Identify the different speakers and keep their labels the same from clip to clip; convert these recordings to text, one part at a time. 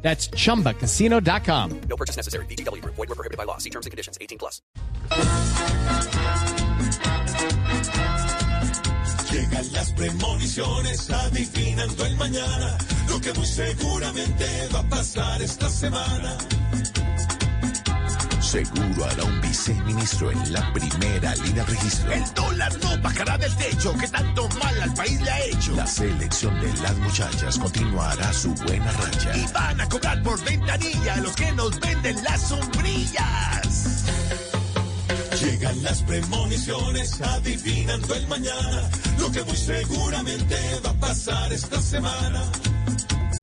Speaker 1: That's chumbacasino.com.
Speaker 2: No purchase necessary. BGW. Void were prohibited by law. See terms and conditions. 18 plus.
Speaker 3: Llegan las premoniciones adivinando el mañana, lo que muy seguramente va a pasar esta semana.
Speaker 4: Seguro hará un viceministro en la primera línea registro.
Speaker 3: El dólar no bajará del techo que tanto mal al país le ha hecho.
Speaker 4: La selección de las muchachas continuará su buena racha.
Speaker 3: Y van a cobrar por ventanilla los que nos venden las sombrillas. Llegan las premoniciones adivinando el mañana, lo que muy seguramente va a pasar esta semana.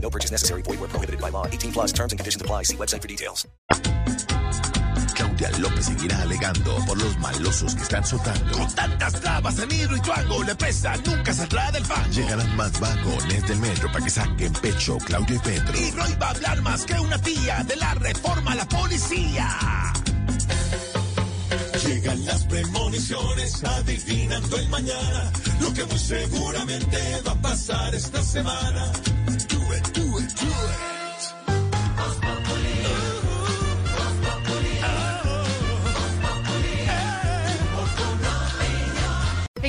Speaker 2: No purchase necessary. Void were prohibited by law. 18 plus terms and conditions apply. See website for details.
Speaker 4: Claudia López seguirá alegando por los malosos que están soltando.
Speaker 3: Con tantas trabas en Hidro y Tuango, la empresa nunca saldrá del fango.
Speaker 4: Llegarán más vagones del metro para que saquen pecho Claudia y Pedro.
Speaker 3: Y Roy va a hablar más que una tía de la reforma a la policía. Llegan las premoniciones adivinando el mañana, lo que muy seguramente va a pasar esta semana. Do it, do it, do it.
Speaker 1: Hey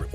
Speaker 2: Void